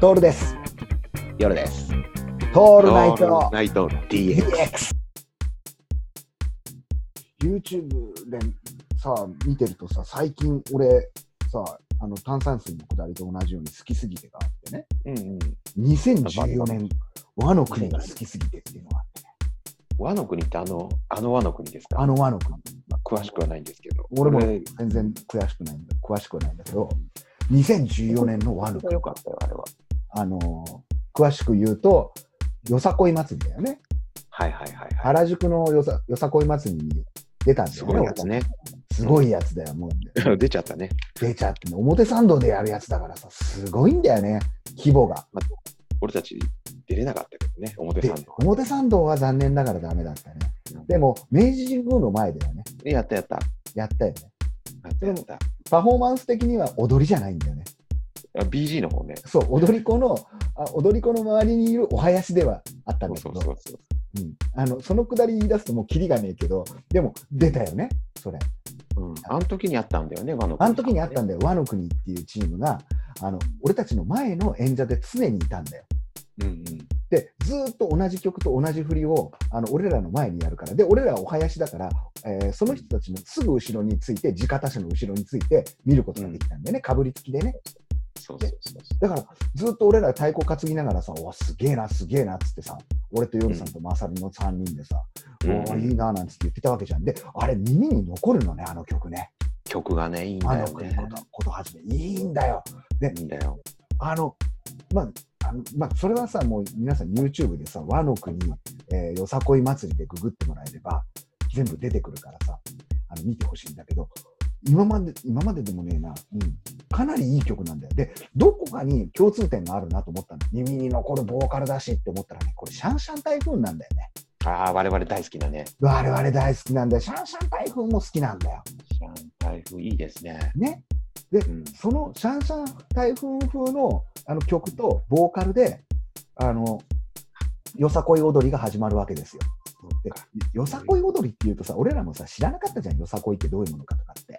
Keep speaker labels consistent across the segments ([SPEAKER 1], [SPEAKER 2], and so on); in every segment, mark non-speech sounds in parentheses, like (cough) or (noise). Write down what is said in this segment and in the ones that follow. [SPEAKER 1] トールです。
[SPEAKER 2] 夜です。
[SPEAKER 1] ト
[SPEAKER 2] オ
[SPEAKER 1] ールナイト
[SPEAKER 2] ナイト DX。
[SPEAKER 1] DX。YouTube でさ、見てるとさ、最近俺さ、あの炭酸水のくだりと同じように好きすぎてがあってね、
[SPEAKER 2] うんうん。
[SPEAKER 1] 2014年、和の国が好きすぎてっていうのは、
[SPEAKER 2] 和の国ってあの、あの和の国ですか
[SPEAKER 1] あの和の国。
[SPEAKER 2] まあ詳しくはないんですけど。
[SPEAKER 1] 俺も
[SPEAKER 2] これ
[SPEAKER 1] 全然詳しくないんだ、詳しくはないんだけど、2014年の和の国
[SPEAKER 2] 良、かったよ、あれは。
[SPEAKER 1] あの詳しく言うと、よさこい祭りだよね。
[SPEAKER 2] はいはいはいは
[SPEAKER 1] 原宿のよさよさこい祭りに出たん
[SPEAKER 2] い。
[SPEAKER 1] だ
[SPEAKER 2] す
[SPEAKER 1] よ
[SPEAKER 2] ごいやつね。
[SPEAKER 1] すごいやつだよ、もう。
[SPEAKER 2] 出ちゃったね。 (laughs)
[SPEAKER 1] 出ちゃってね、表参道でやるやつだからさ、すごいんだよね、規模が。
[SPEAKER 2] 俺たち出れなかったけどね、表
[SPEAKER 1] で
[SPEAKER 2] 参道。
[SPEAKER 1] 表参道は残念ながらダメだったね。でも、明治神宮の前だよね、
[SPEAKER 2] で、やったやった。
[SPEAKER 1] やったよね。
[SPEAKER 2] やったやった。
[SPEAKER 1] パフォーマンス的には踊りじゃないんだよね。
[SPEAKER 2] あ BG の方ね。
[SPEAKER 1] そう、踊り子の、あ踊り子の周りにいるお囃子ではあったん
[SPEAKER 2] そう
[SPEAKER 1] だけ
[SPEAKER 2] そ
[SPEAKER 1] ど
[SPEAKER 2] う、そうそう。
[SPEAKER 1] うんあのそのくだり言い出すともうキリがねえけど、でも出たよね、それ。
[SPEAKER 2] うん、あの時にあったんだよね、和の国。
[SPEAKER 1] あの時にあったんだよ、和の国っていうチームが、あの俺たちの前の演者で常にいたんだよ。
[SPEAKER 2] うんうん。
[SPEAKER 1] で、ずーっと同じ曲と同じ振りをあの俺らの前にやるから、で、俺らはお囃子だから、えーその人たちのすぐ後ろについて、地方手の後ろについて見ることができたんだよね、かぶりつきでね。
[SPEAKER 2] そうそうそうそう。
[SPEAKER 1] だから、ずーっと俺ら太鼓担ぎながらさ、おすげえな、すげえなっつってさ、俺と夜さんとマサルの3人でさ、
[SPEAKER 2] うん
[SPEAKER 1] おーいいななんつって言ってたわけじゃん。で、あれ、耳に残るのね、あの曲ね。
[SPEAKER 2] 曲がね、いいん
[SPEAKER 1] あ
[SPEAKER 2] だよ
[SPEAKER 1] の
[SPEAKER 2] ね。
[SPEAKER 1] ことことはじめ、いいんだよ。
[SPEAKER 2] いいんだよ。
[SPEAKER 1] あの、まあ、あのまあ、それはさ、もう皆さん YouTube でさ、和の国、えーよさこい祭りでググってもらえれば、全部出てくるからさ、あの見てほしいんだけど、今まで、今まででもねえな、うん、かなりいい曲なんだよ。で、どこかに共通点があるなと思ったの。耳に残るボーカルだしって思ったらね、これ、シャンシャン台風なんだよね。
[SPEAKER 2] ああ、我々大好きなね。
[SPEAKER 1] 我々大好きなんだよ。シャンシャン台風も好きなんだよ。
[SPEAKER 2] シャン台風いいですね。
[SPEAKER 1] ね。
[SPEAKER 2] うん。
[SPEAKER 1] そのシャンシャン台風風のあの曲とボーカルで、あの、よさこい踊りが始まるわけですよ。でよさこい踊りっていうとさ、俺らもさ、知らなかったじゃん、よさこいってどういうものかとかって。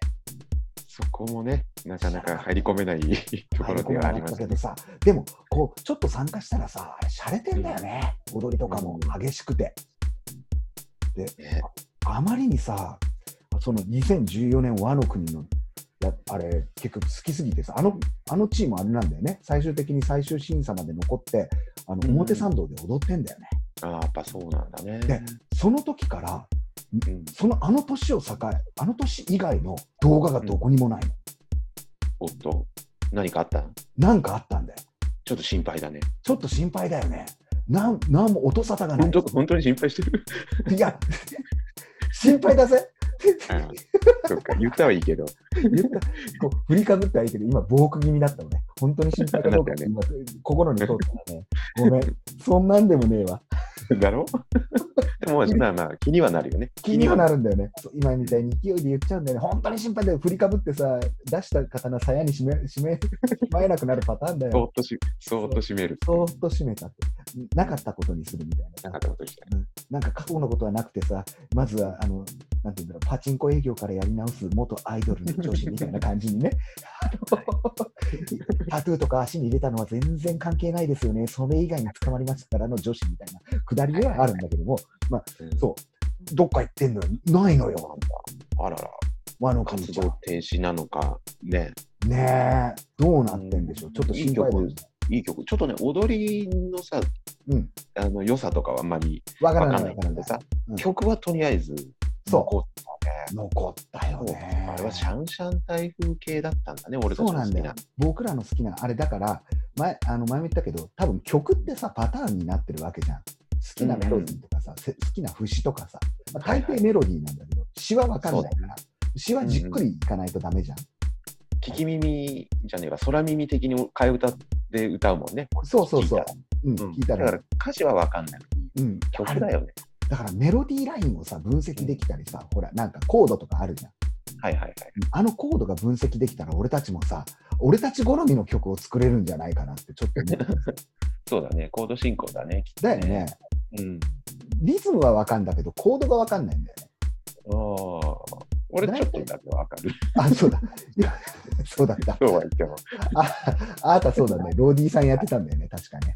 [SPEAKER 2] そこもね、なかなか入り込
[SPEAKER 1] (laughs)
[SPEAKER 2] めないところではあります
[SPEAKER 1] 入り込まなかったけ
[SPEAKER 2] ね
[SPEAKER 1] どさ、でも、こう、ちょっと参加したらさ、あれ、洒落てんだよね、踊りとかも激しくて。
[SPEAKER 2] ね。
[SPEAKER 1] あまりにさ、その2014年和の国のやあれ、結局好きすぎてさ、あのあのチームあれなんだよね、最終的に最終審査まで残って、あの
[SPEAKER 2] うん
[SPEAKER 1] 表参道で踊ってんだよね。
[SPEAKER 2] ああ、やっぱそうなんだね。
[SPEAKER 1] でその時から、
[SPEAKER 2] うん、
[SPEAKER 1] そのあの年を境、あの年以外の動画がどこにもないの。
[SPEAKER 2] おっと、何かあった
[SPEAKER 1] なんかあったんだよ。
[SPEAKER 2] ちょっと心配だね。
[SPEAKER 1] ちょっと心配だよね。なんなんも音沙汰がない
[SPEAKER 2] 本。当本当に心配し
[SPEAKER 1] (laughs)
[SPEAKER 2] てる
[SPEAKER 1] いや、心配だぜ。
[SPEAKER 2] ああそっか、言ったはいいけど。 (laughs)
[SPEAKER 1] 言ったこう振りかぶってはいいけど、今、ボーク気味だったのね。本当に心配かどうかって今、心に通ったね。ごめん、そんなんでもねえわ。
[SPEAKER 2] だろ (laughs) でも、まあまあ、気にはなるよね。
[SPEAKER 1] 気にはなるんだよね。そう今みたいに勢いで言っちゃうんだよね。本当に心配だよ。振りかぶってさ、出した刀、鞘にしめ、しめ、しまえなくなるパターンだ
[SPEAKER 2] そー
[SPEAKER 1] よ。
[SPEAKER 2] っとし、そーっと締める。
[SPEAKER 1] そーっと閉めたって。なかったことにするみたいな。
[SPEAKER 2] なかったことした
[SPEAKER 1] なんか過去のことはなくてさ、まずは、あの、なんていうんだろう、パチンコ営業からやり直す元アイドルの女子みたいな感じにね、あのタトゥーとか足に入れたのは全然関係ないですよね、それ以外に捕まりましたからの女子みたいなくだりではあるんだけども、
[SPEAKER 2] うん
[SPEAKER 1] そう、どっか行ってんのにないの
[SPEAKER 2] そう
[SPEAKER 1] よ、
[SPEAKER 2] なんだあらら、
[SPEAKER 1] 和の神
[SPEAKER 2] 活
[SPEAKER 1] ちゃ
[SPEAKER 2] 動
[SPEAKER 1] ん。
[SPEAKER 2] 停止なのか、ね、
[SPEAKER 1] ねえ、どうなってんでしょう、ちょっと心配だよ
[SPEAKER 2] いいいい曲、ちょっとね、踊りのさ、
[SPEAKER 1] うん、
[SPEAKER 2] あの良さとかはあんまり
[SPEAKER 1] わから
[SPEAKER 2] わか
[SPEAKER 1] なんい、わ
[SPEAKER 2] ない
[SPEAKER 1] か
[SPEAKER 2] け
[SPEAKER 1] らな
[SPEAKER 2] ど
[SPEAKER 1] い。
[SPEAKER 2] さ、
[SPEAKER 1] うん
[SPEAKER 2] 曲はとりあえず
[SPEAKER 1] そ
[SPEAKER 2] 残ったね
[SPEAKER 1] う、残ったよね。
[SPEAKER 2] あれはシャンシャン台風系だったんだね、俺たち
[SPEAKER 1] そう
[SPEAKER 2] の
[SPEAKER 1] なん
[SPEAKER 2] 好き
[SPEAKER 1] だ
[SPEAKER 2] な
[SPEAKER 1] よ。。僕らの好きな、あれだから、前あの前も言ったけど、多分曲ってさ、パターンになってるわけじゃん。好きなメロディーとかさ、せ好きな節とかさ、まあ、
[SPEAKER 2] はい
[SPEAKER 1] 大
[SPEAKER 2] はい
[SPEAKER 1] 抵メロディーなんだけど、詩は分かんないから、詩はじっくりいかないとダメじゃん。
[SPEAKER 2] 聞き耳じゃねえか、空耳的に替え歌で歌うもんね。
[SPEAKER 1] そうそうそう。うん、
[SPEAKER 2] うん
[SPEAKER 1] 聞いた、
[SPEAKER 2] だからら歌詞は分かんない。
[SPEAKER 1] うん、
[SPEAKER 2] 曲だ
[SPEAKER 1] あ
[SPEAKER 2] よね。
[SPEAKER 1] れだからメロディーラインをさ、分析できたりさ、ほら、なんかコードとかあるじゃん。
[SPEAKER 2] はいはいはい。
[SPEAKER 1] あのコードが分析できたら、俺たちもさ、俺たち好みの曲を作れるんじゃないかなって、ちょっと思
[SPEAKER 2] (laughs)
[SPEAKER 1] う
[SPEAKER 2] そうだね、コード進行だね、きっと
[SPEAKER 1] だよね。。
[SPEAKER 2] うん。
[SPEAKER 1] リズムは分かんだけど、コードが分かんないんだよね。
[SPEAKER 2] ああ、俺ちょっとだけわかる。
[SPEAKER 1] あ、そうだ。いやそうだった。
[SPEAKER 2] そうは言っても。
[SPEAKER 1] あ、あなたそうだね。ローディーさんやってたんだよね、確かね。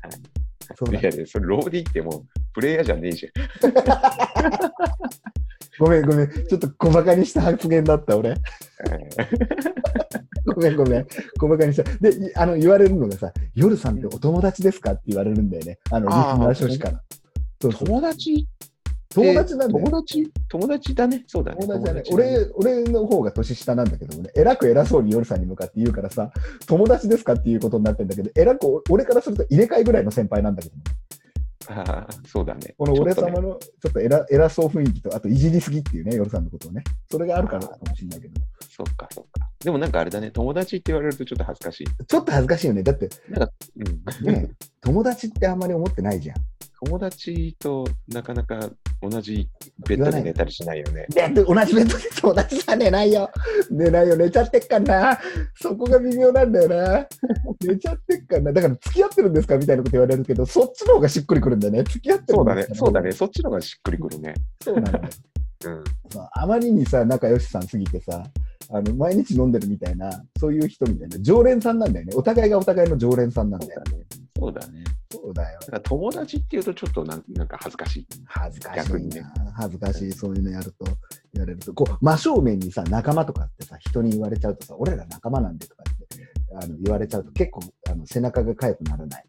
[SPEAKER 1] そう
[SPEAKER 2] い
[SPEAKER 1] だ
[SPEAKER 2] や。いや、それローディってもうプレイヤーじゃねえ
[SPEAKER 1] (laughs)
[SPEAKER 2] じゃん。
[SPEAKER 1] ごめんごめん。ちょっと小馬鹿にした発言だった、俺。ごめんごめん。小馬鹿にした。で、いあの、言われるのがさ、夜さんってお友達ですかって言われるんだよね。あの、リ
[SPEAKER 2] あー
[SPEAKER 1] スナー諸子から。そうそう。
[SPEAKER 2] 友達
[SPEAKER 1] 友達なんだよ
[SPEAKER 2] 友達友達だね。そうだね。
[SPEAKER 1] 友達だね。
[SPEAKER 2] 友達だね
[SPEAKER 1] 俺、俺の方が年下なんだけどもね、偉く偉そうに夜さんに向かって言うからさ、友達ですかっていうことになってんだけど、偉く、俺からすると入れ替えぐらいの先輩なんだけどね。
[SPEAKER 2] (laughs) あーそうだね。
[SPEAKER 1] この俺
[SPEAKER 2] ちょっとね
[SPEAKER 1] 様のちょっと偉偉そう雰囲気と、あといじりすぎっていうね、夜さんのことをね。それがあるからかもしれないけど。
[SPEAKER 2] そっかそっか。でもなんかあれだね、友達って言われるとちょっと恥ずかしい。
[SPEAKER 1] ちょっと恥ずかしいよね。だって、
[SPEAKER 2] うん、
[SPEAKER 1] ね、友達ってあんまり思ってないじゃん。
[SPEAKER 2] 友達となかなか同じベッドで寝たりしないよね。
[SPEAKER 1] で、で同じベッドで友達さ、寝ないよ。寝ないよ。寝ちゃってっかな。そこが微妙なんだよな。寝ちゃってっかな。だから、付き合ってるんですかみたいなこと言われるけど、そっちの方がしっくりくるんだよね。付き合って
[SPEAKER 2] そ
[SPEAKER 1] る
[SPEAKER 2] うんだ
[SPEAKER 1] で
[SPEAKER 2] ね
[SPEAKER 1] すか、
[SPEAKER 2] そうだね、。そっちの方がしっくりくるね。
[SPEAKER 1] そうなんだよ。
[SPEAKER 2] うん、
[SPEAKER 1] そうあまりにさ、仲良しさんすぎてさ、あの毎日飲んでるみたいな、そういう人みたいな、常連さんなんだよね。お互いがお互いの常連さんなん
[SPEAKER 2] そう
[SPEAKER 1] だよ
[SPEAKER 2] だ。ね。そうだね。
[SPEAKER 1] そうだよ
[SPEAKER 2] だ。から友達っていうとちょっとなんなんか恥ずかしい。
[SPEAKER 1] 恥ずかし
[SPEAKER 2] 逆
[SPEAKER 1] い
[SPEAKER 2] にね
[SPEAKER 1] な。恥ずかしい、そういうのやると、言われると、こう、真正面にさ、仲間とかってさ、人に言われちゃうとさ、俺ら仲間なんでとかってあの言われちゃうと、結構あの背中がかゆくならない。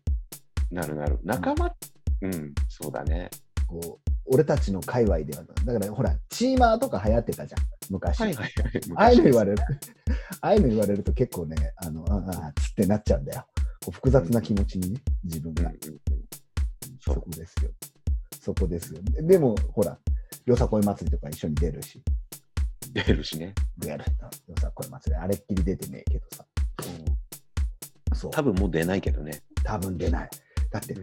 [SPEAKER 2] なるなる。仲間、うん、そうだね。
[SPEAKER 1] こう、俺たちの界隈では、だからほら、チーマーとか流行ってたじゃん、昔。
[SPEAKER 2] はいはいはい。
[SPEAKER 1] ああいうの言わ
[SPEAKER 2] れ
[SPEAKER 1] れる、ああいうの言われると結構ね、あの、ああ、つってなっちゃうんだよ。こう複雑な気持ちにね、自分が。
[SPEAKER 2] そ
[SPEAKER 1] そうこですよ。そこですよ。ででも、ほら、よさこい祭りとか一緒に出るし、
[SPEAKER 2] 出るしね。
[SPEAKER 1] やるよさこい祭り、あれっきり出てねえけどさ。そう。
[SPEAKER 2] 多分もう出ないけどね。
[SPEAKER 1] 多分出ない。だって、